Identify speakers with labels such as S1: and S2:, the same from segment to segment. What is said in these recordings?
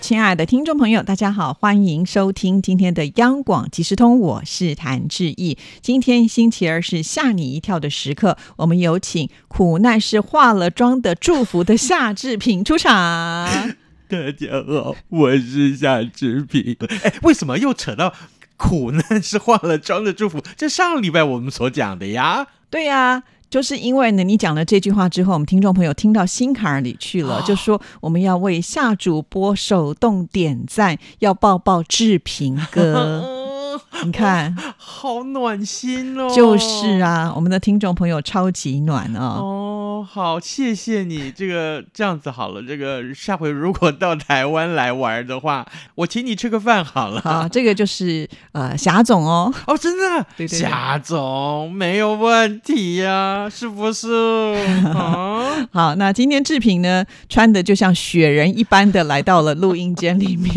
S1: 亲爱的听众朋友，大家好，欢迎收听今天的央广即时通，我是谭志毅。今天星期二是吓你一跳的时刻，我们有请苦难是化了妆的祝福的夏志平出场。
S2: 大家好，我是夏志平。哎，为什么又扯到苦难是化了妆的祝福？这上个礼拜我们所讲的呀。
S1: 对呀、就是因为呢，你讲了这句话之后，我们听众朋友听到心坎儿里去了，就说我们要为夏主播手动点赞，要抱抱志平 哥。
S3: 呃
S2: 嗯，
S1: 你看，
S2: 好暖心哦。
S1: 就是。啊，我们的听众朋友超级暖啊、
S2: 哦，好，谢谢你。这个这样子好了，这个下回如果到台湾来玩的话，我请你吃个饭 好 了。
S1: 好，啊这个就是呃霞总哦，
S2: 哦，真的，
S1: 对对对
S2: 贾总没有问题呀、是不是？啊。
S1: 好，那今天志平呢穿的就像雪人一般的来到了录音间里面，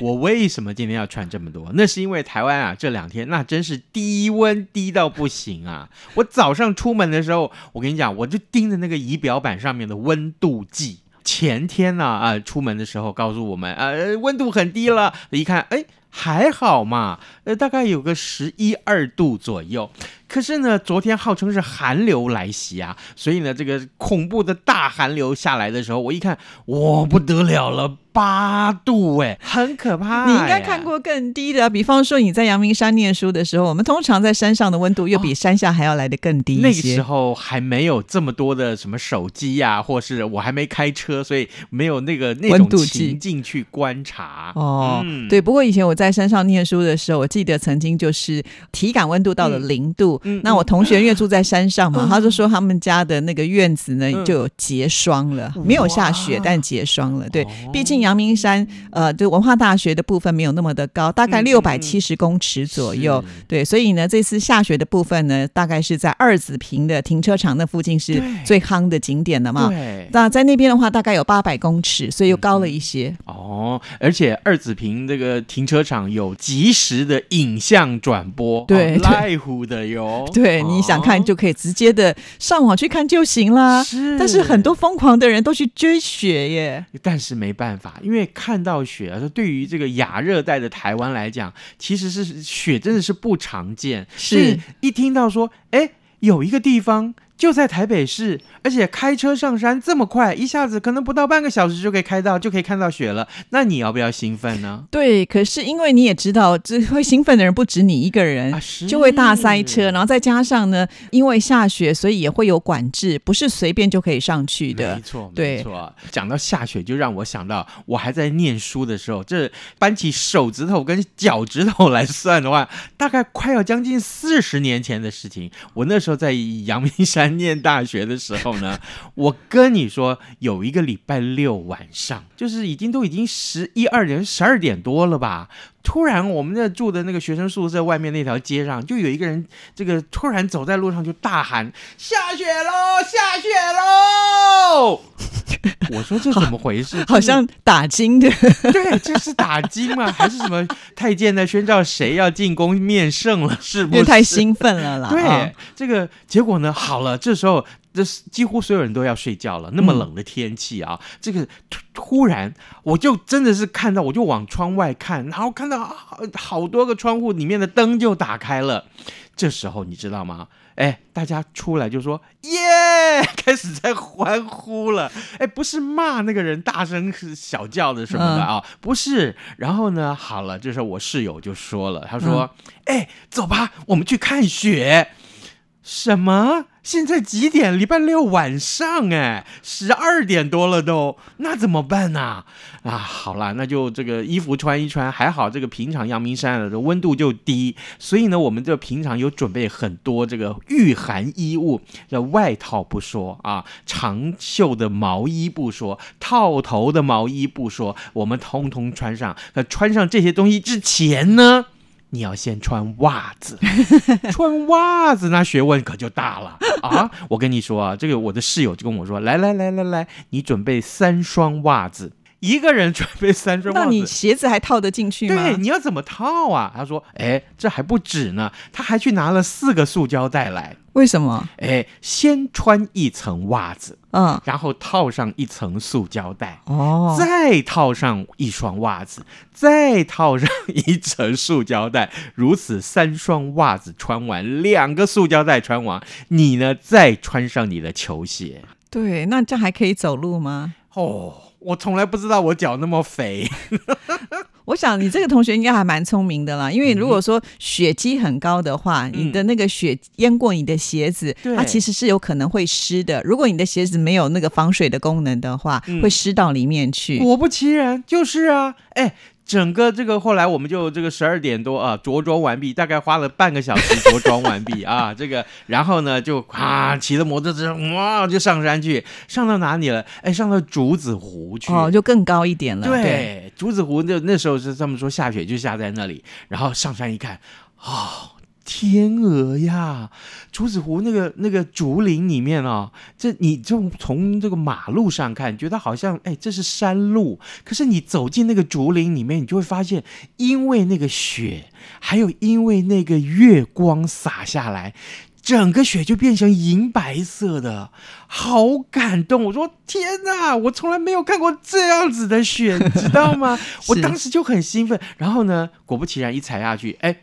S2: 我为什么今天要穿这么多？那是因为台湾啊，这两天那真是低温低到不行啊！我早上出门的时候，我跟你讲，我就盯着那个仪表板上面的温度计。前天呢、啊，呃，出门的时候告诉我们，呃，温度很低了，一看，哎，还好嘛，呃，大概有个十一二度左右。可是呢，昨天号称是寒流来袭啊，所以呢，这个恐怖的大寒流下来的时候，我一看，哇，不得了了，八度 哎，很可怕。
S1: 你应该看。过更低的啊、比方说你在阳明山念书的时候，我们通常在山上的温度又比山下还要来得更低
S2: 那
S1: 一
S2: 个
S1: 些。
S2: 时候还没有这么多的什么手机呀、或是我还没开车，所以没有那个那
S1: 温
S2: 种
S1: 度计
S2: 情境去观察。
S1: 哦，
S2: 嗯
S1: 对。不过以前我在山上念书的时候，我记得曾经就是体感温度到了
S2: 嗯
S1: 零度。
S2: 嗯
S1: 那我同学因为住在山上嘛，他就说他们家的那个院子呢、
S2: 嗯
S1: 就有结霜了，没有下雪
S2: 哇，
S1: 但结霜了。对，
S2: 哦
S1: 毕竟阳明山呃，就文化大学的部分没有那么的高，大概
S2: 嗯嗯
S1: 六百七十公尺左右。
S2: 是
S1: 对，所以呢，这次下雪的部分呢，大概是在二子坪的停车场那附近是
S2: 对
S1: 最夯的景点了嘛。
S2: 对。嗯
S1: 那在那边的话，大概有八百公尺，所以又高了一些。
S2: 哦，而且二子坪这个停车场有及时的影像转播，
S1: 对
S2: 哦
S1: 对、
S2: live 的哟。
S1: 对，你想看就可以直接的上网去看就行啦。
S2: 是
S1: 啊但是很多疯狂的人都去追雪耶，
S2: 但是没办法，因为看到雪啊，对于这个亚热带的台湾来讲，其实是雪真的是不常见。
S1: 是
S2: 所以一听到说，哎，有一个地方就在台北市，而且开车上山这么快，一下子可能不到半个小时就可以开到，就可以看到雪了，那你要不要兴奋呢？
S1: 对。可是因为你也知道，这会兴奋的人不止你一个人。
S2: 啊，是
S1: 哎就会大塞车，然后再加上呢，因为下雪，所以也会有管制，不是随便就可以上去的
S2: 没。错，
S1: 对
S2: 没错。讲到下雪，就让我想到我还在念书的时候，这搬起手指头跟脚趾头来算的话，大概快要将近四十年前的事情。我那时候在阳明山念大学的时候呢，我跟你说，有一个礼拜六晚上，就是已经都已经十一二点、十二点多了吧。突然，我们那住的那个学生宿舍外面那条街上，就有一个人，这个突然走在路上就大喊：“下雪喽，下雪 喽！”我说这怎么回事？
S1: 好
S2: 这是
S1: 像打金 的，
S2: 对，这是打金吗？还是什么太监在宣召谁要进宫面圣了？是
S1: 因
S2: 不
S1: 为
S2: 是？
S1: 太兴奋了啦。
S2: 对，
S1: 啊
S2: 这个结果呢，好了，这时候这是几乎所有人都要睡觉了。那么
S1: 嗯
S2: 冷的天气啊，这个突突然我就真的是看到，我就往窗外看，然后看到好好多个窗户里面的灯就打开了。这时候你知道吗？哎，大家出来就说耶，开始在欢呼了。哎，不是骂那个人大声是小叫的什么的啊，不是。然后呢，好了，这时候我室友就说了，他说：“哎、走吧，我们去看雪。”什么？现在几点？礼拜六晚上哎，十二点多了都，那怎么办呐、啊？好啦，那就这个衣服穿一穿，还好这个平常阳明山的温度就低，所以呢，我们这平常有准备很多这个御寒衣物，这外套不说啊，长袖的毛衣不说，套头的毛衣不说，我们通通穿上。那穿上这些东西之前呢，你要先穿袜 子，穿袜子那学问可就大了啊！我跟你说啊，这个我的室友就跟我说，来来来来来，你准备三双袜子，一个人准备三双袜
S1: 那
S2: 子，
S1: 你鞋子还套得进去吗？
S2: 对，你要怎么套啊？他说，哎，这还不止呢，他还去拿了四个塑胶袋来，
S1: 为什么？
S2: 哎，先穿一层袜子，
S1: 嗯，
S2: 然后套上一层塑胶袋。
S1: 哦，
S2: 再套上一双袜子，再套上一层塑胶袋，如此三双袜子穿完，两个塑胶袋穿完，你呢再穿上你的球鞋。
S1: 对，那这样还可以走路吗？
S2: 哦，我从来不知道我脚那么肥。
S1: 我想你这个同学应该还蛮聪明的啦，因为如果说血积很高的话，你的那个血淹过你的鞋子，
S2: 嗯对
S1: 它其实是有可能会湿的。如果你的鞋子没有那个防水的功能的话，
S2: 嗯
S1: 会湿到里面去。
S2: 果不其然，就是啊，哎。整个这个后来我们就这个十二点多啊着装完毕，大概花了半个小时着装完毕啊， 这个然后呢就啊骑着摩托车哇就上山去，上到哪里了？哎，上到竹子湖去。
S1: 哦，就更高一点了。对，
S2: 对，竹子湖那那时候是他们说下雪就下在那里，然后上山一看，哦，天鹅呀！竹子湖那个那个竹林里面哦，这你就从这个马路上看，觉得好像哎这是山路，可是你走进那个竹林里面，你就会发现，因为那个雪，还有因为那个月光洒下来。整个雪就变成银白色的，好感动！我说天哪，我从来没有看过这样子的雪，你知道吗？我当时就很兴奋。然后呢，果不其然一踩下去，哎，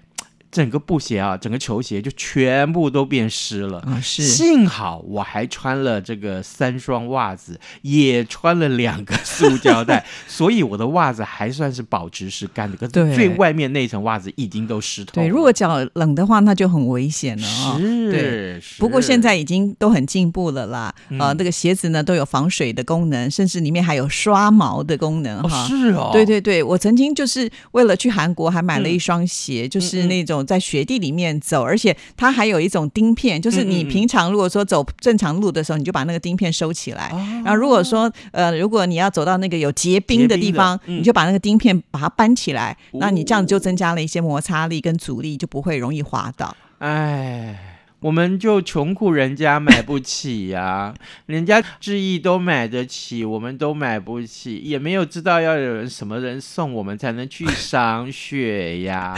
S2: 整个布鞋啊，整个球鞋就全部都变湿了。
S1: 啊、是。
S2: 幸好我还穿了这个三双袜子，也穿了两个塑 胶袋，所以我的袜子还算是保持是干的。可
S1: 对
S2: 是最外面那层袜子已经都湿透
S1: 对，
S2: 了。
S1: 如果脚冷的话，那就很危险了啊、对。
S2: 是，是
S1: 不过现在已经都很进步了啦，呃，
S2: 嗯
S1: 那个鞋子呢都有防水的功能，甚至里面还有刷毛的功能
S2: 哦
S1: 哈。
S2: 是哦，嗯
S1: 对对对，我曾经就是为了去韩国还买了一双鞋，就是那种在雪地里面走，而且它还有一种钉片，就是
S2: 嗯嗯
S1: 你
S2: 嗯
S1: 平常如果说走正常路的时候，你就把那个钉片收起
S2: 哦
S1: 来。然后如果说呃，如果你要走到那个有结冰的地方
S2: 结，冰的嗯
S1: 你就把那个钉片把它搬起来，
S2: 哦
S1: 那你这样就增加了一些摩擦力跟阻力，就不会容易滑倒。
S2: 哎，我们就穷苦人家买不起呀、 人家志毅都买得起，我们都买不起，也没有知道要有人什么人送我们才能去赏雪 呀。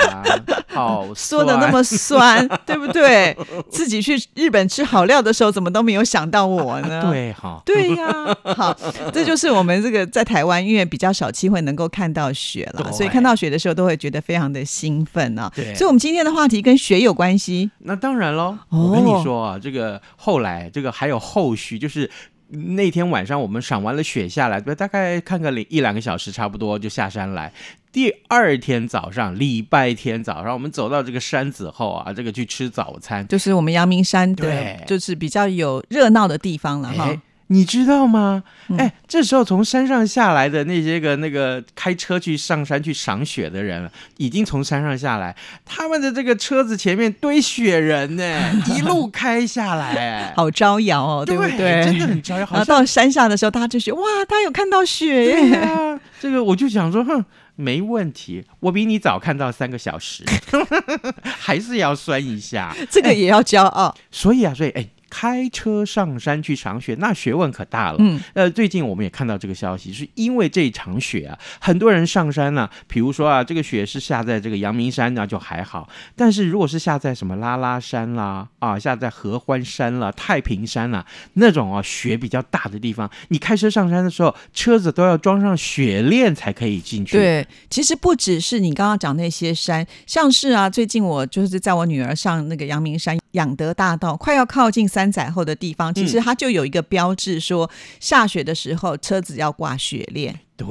S2: 好
S1: 说的那
S2: 酸
S1: 么酸，对不对？自己去日本吃好料的时候，怎么都没有想到我呢？。
S2: 啊对哈、
S1: 对呀、 好，这就是我们这个在台湾，因为比较少机会能够看到雪了，
S2: 对
S1: 所以看到雪的时候都会觉得非常的兴奋啊。
S2: 对
S1: 所以我们今天的话题跟雪有关系，
S2: 那当然喽。
S1: 哦
S2: 我跟你说啊，这个后来这个还有后续，就是。那天晚上我们赏完了雪下来，对，大概看个一两个小时差不多就下山来。第二天早上，礼拜天早上，我们走到这个山子后啊，这个去吃早餐，
S1: 就是我们阳明山的
S2: 对，
S1: 就是比较有热闹的地方了哈
S2: 哎。，你知道吗？哎，这时候从山上下来的那些个那个开车去上山去赏雪的人，已经从山上下来，他们的这个车子前面堆雪人呢，一路开下来，
S1: 好招摇哦，对不啊
S2: 对真的很招摇，
S1: 然
S2: 好
S1: 后
S2: 像
S1: 到山下的时候，大家就觉得哇，他有看到雪
S2: 对
S1: 耶！
S2: 啊，这个我就想说，哼，没问题，我比你早看到三个小时， 还是要酸一下。
S1: 这个也要骄傲。
S2: 所以啊，所以哎，开车上山去赏雪，那学问可大了。
S1: 嗯，
S2: 呃，最近我们也看到这个消息，是因为这一场雪啊，很多人上山呢、比如说啊，这个雪是下在这个阳明山那、就还好，但是如果是下在什么拉拉山啦、啊，下在合欢山啦、太平山啦、那种啊雪比较大的地方，你开车上山的时候，车子都要装上雪链才可以进去。，
S1: 对，其实不只是你刚刚讲那些山，像是啊，最近我就是在我女儿上那个阳明山养德大道，快要靠近三载后的地
S2: 嗯
S1: 方，其实它就有一个标志说，下雪的时候车子要挂雪链。
S2: 对，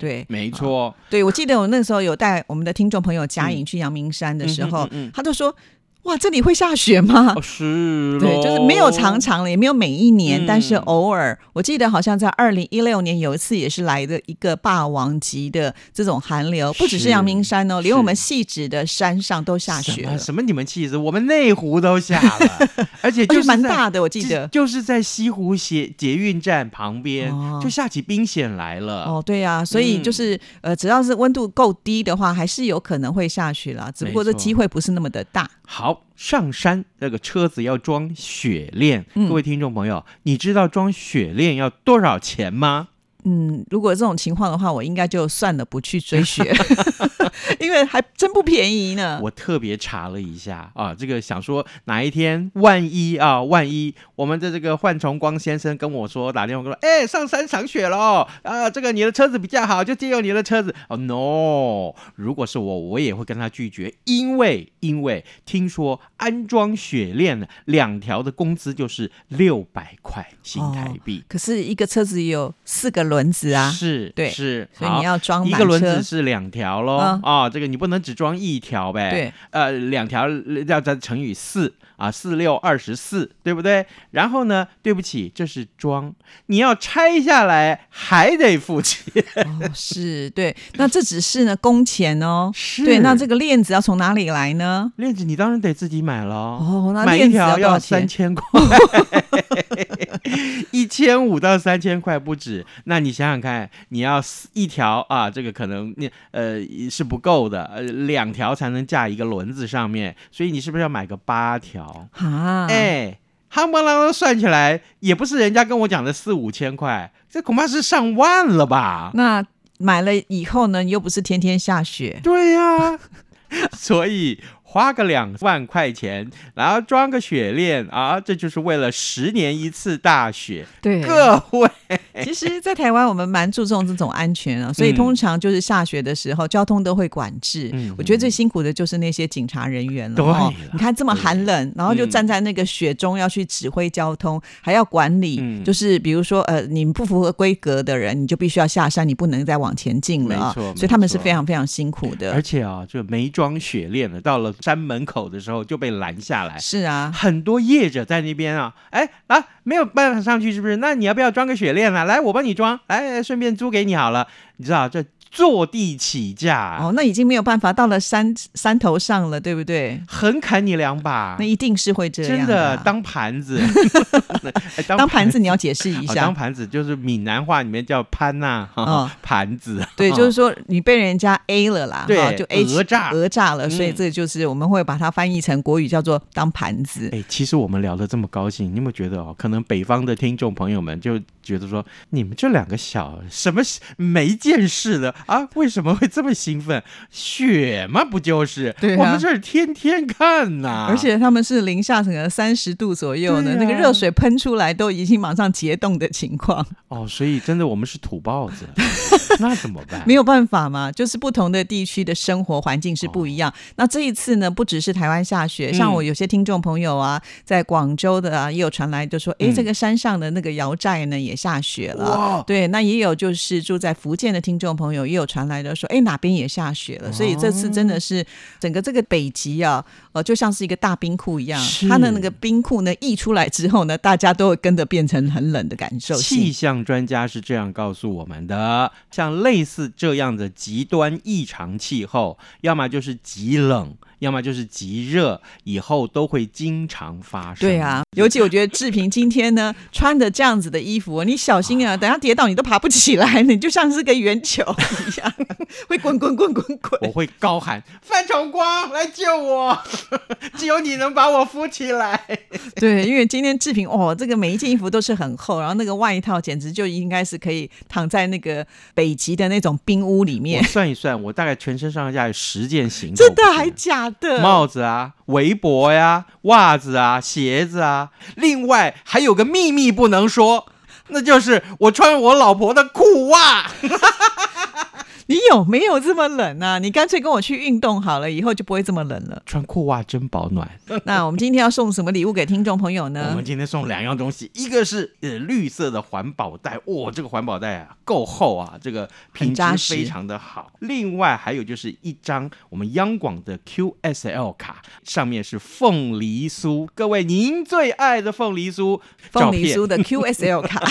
S1: 对哦
S2: 没错。
S1: 对，我记得我那时候有带我们的听众朋友嘉颖去阳明山的时候，
S2: 嗯嗯嗯嗯嗯
S1: 他就说。哇，这里会下雪吗？
S2: 哦，是
S1: 对，
S2: 咯，
S1: 就是没有常常了，也没有每一年，
S2: 嗯
S1: 但是偶尔，我记得好像在二零一六年有一次也是来的一个霸王级的这种寒流，不只是
S2: 是
S1: 阳明山哦，连
S2: 是
S1: 我们细指的山上都下雪
S2: 什
S1: 了
S2: 么，什么你们气死，我们内湖都下 了，而且
S1: 而
S2: 就
S1: 且
S2: 是
S1: 蛮
S2: 在
S1: 大的，我记得。
S2: 就就是在西湖捷捷运站旁边、
S1: 哦
S2: 就下起冰险来了。
S1: 哦，对
S2: 嗯
S1: 呀、所以就是、呃，只要是温度够低的话，还是有可能会下雪啦。只不过这
S2: 没错
S1: 机会不是那么的大。
S2: 好，上山那个车子要装雪链，
S1: 嗯
S2: 各位听众朋友，你知道装雪链要多少钱吗？
S1: 嗯，如果这种情况的话，我应该就算了，不去追 雪，因为还真不便宜呢。
S2: 我特别查了一下啊，这个想说哪一天万一啊，万一我们的这个幻崇光先生跟我说打电话跟我说，哎，上山赏雪喽啊，这个你的车子比较好，就借用你的车子。哦、no，如果是我，我也会跟他拒绝，因为因为听说安装雪链呢，两条的工资就是六百块新台币。
S1: 可是一个车子也有四个轮子哦啊，
S2: 是，
S1: 对
S2: 是，
S1: 所以你
S2: 好
S1: 要装
S2: 一
S1: 满
S2: 个轮
S1: 车
S2: 子是两条喽，啊
S1: 嗯、
S2: 这个你不能只装一条呗，
S1: 对，
S2: 呃，两条呃要再乘以四啊，四六二十四，对不对？然后呢，对不起，这是装，你要拆下来还得付钱。
S1: 哦，是对。那这只是呢工钱哦，
S2: 是
S1: 对。那这个链子要从哪里来呢？
S2: 链子你当然得自己买喽，
S1: 哦，那
S2: 买一
S1: 链子
S2: 条
S1: 多少
S2: 要
S1: 钱
S2: 三？千块，一千五到三千块不止。那你想想看，你要四一条啊，这个可能你呃是不够的，呃，两条才能架一个轮子上面，所以你是不是要买个八条？
S1: 啊，
S2: 哎、夯不啷当算起来，也不是人家跟我讲的四五千块，这恐怕是上万了吧？
S1: 那买了以后呢，又不是天天下雪，
S2: 对呀、 所以花个两万块钱，然后装个雪链啊，这就是为了十年一次大雪。
S1: 对
S2: 各位，
S1: 其实，在台湾我们蛮注重这种安全啊，所以
S2: 嗯
S1: 通常就是下雪的时候，交通都会管制。
S2: 嗯
S1: 我觉得最辛苦的就是那些警察人员了。
S2: 对
S1: 哦
S2: 啦
S1: 你看这么寒冷，然后就
S2: 嗯
S1: 站在那个雪中要去指挥交通，还要管理。
S2: 嗯
S1: 就是比如说，呃，你不符合规格的人，你就必须要下山，你不能再往前进了啊。
S2: 没错
S1: 所以他们是
S2: 没错
S1: 非常非常辛苦的
S2: 而。且啊，这没装雪链的，到了山门口的时候就被拦下来。
S1: 是啊，
S2: 很多业者在那边啊，哎啊，没有办法上去是不是？那你要不要装个雪链啊？来，我帮你装，哎，顺便租给你好了。你知道这坐地起价，
S1: 哦，那已经没有办法，到了山山头上了，对不对？
S2: 横砍你两把
S1: 那，一定是会这
S2: 啊真
S1: 样
S2: 的
S1: 啊
S2: 当盘子，哎当
S1: 当盘子，你要解释一下
S2: 哦当。盘子就是闽南话里面叫潘呐、哈
S1: 哦
S2: 哈盘子，
S1: 对，
S2: 哈
S1: 就是说你被人家 A 了啦，
S2: 对
S1: 哈就 A
S2: 讹诈
S1: 讹诈了，
S2: 嗯
S1: 所以这就是我们会把它翻译成国语叫做当盘子。
S2: 哎，其实我们聊得这么高兴，你有没有觉得哦？可能北方的听众朋友们就觉得说，你们这两个小什么没见识的啊，为什么会这么兴奋？雪嘛，不就是？
S1: 对啊
S2: 我们这儿天天看呐、
S1: 而且他们是零下可能三十度左右呢，
S2: 啊对啊
S1: 那个热水喷出来都已经马上结冻的情况，
S2: 哦，所以真的我们是土包 子，那怎么办？
S1: 没
S2: 有
S1: 有办法嘛，就是不同的地区的生活环境是不一样。那这一次呢，不只是台湾下雪，
S2: 哦嗯
S1: 像我有些听众朋友啊，在广州的啊，也有传来就说，诶，
S2: 嗯
S1: 这个山上的那个瑶寨呢也下雪了，
S2: 哇，
S1: 对，那也有就是住在福建的听众朋友也有传来的说，哎，哪边也下雪
S2: 哦
S1: 了，所以这次真的是整个这个北极啊，呃，就像是一个大冰库一样，
S2: 是
S1: 它的那个冰库呢溢出来之后呢，大家都会跟着变成很冷的感受
S2: 气
S1: 性。
S2: 象专家是这样告诉我们的：像类似这样的极端异常气候，要么就是极冷，要么就是极热，以后都会经常发生。
S1: 对啊，尤其我觉得志平今天呢穿的这样子的衣服，你小心啊，等下跌倒你都爬不起来，你就像是个圆球一样， 会滚滚滚滚
S2: 我
S1: 滚。
S2: 会高喊“范崇光来救我”， 只有你能把我扶起 来。
S1: 对，因为今天志平哦，这个每一件衣服都是很厚，然后那个外套简直就应该是可以躺在那个北极的那种冰屋里
S2: 我
S1: 面，
S2: 算一算，我大概全身上下有十件行头，
S1: 真的还假 的？
S2: 帽子啊、围脖呀、袜子啊、鞋子啊，另外还有个秘密不能说。那就是我穿我老婆的裤袜，。
S1: 你有没有这么冷啊？你干脆跟我去运动好了，以后就不会这么冷了
S2: 穿裤袜真保暖。
S1: 那我们今天要送什么礼物给听众朋友
S2: 我
S1: 呢
S2: 们？今天送两样东西，一个是呃绿色的环保袋，哇、这个环保袋啊够厚啊，这个品质
S1: 扎实
S2: 非常的好。另外还有就是一张我们央广的 QSL 卡，上面是凤梨酥，各位您最爱的凤梨酥照
S1: 凤梨
S2: 片，
S1: 酥的 QSL 卡，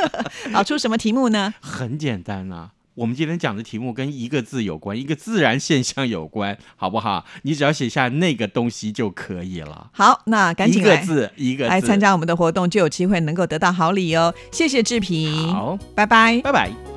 S1: 好出什么题目呢？
S2: 很简单啊。我们今天讲的题目跟一个字有关，一个自然现象有关，好不好？你只要写下那个东西就可以了，
S1: 好，那赶
S2: 一
S1: 紧
S2: 个
S1: 来
S2: 字一个字
S1: 来参。加我们的活动，就有机会能够得到好礼哦。谢谢志平，
S2: 好，
S1: 拜拜。
S2: 拜拜。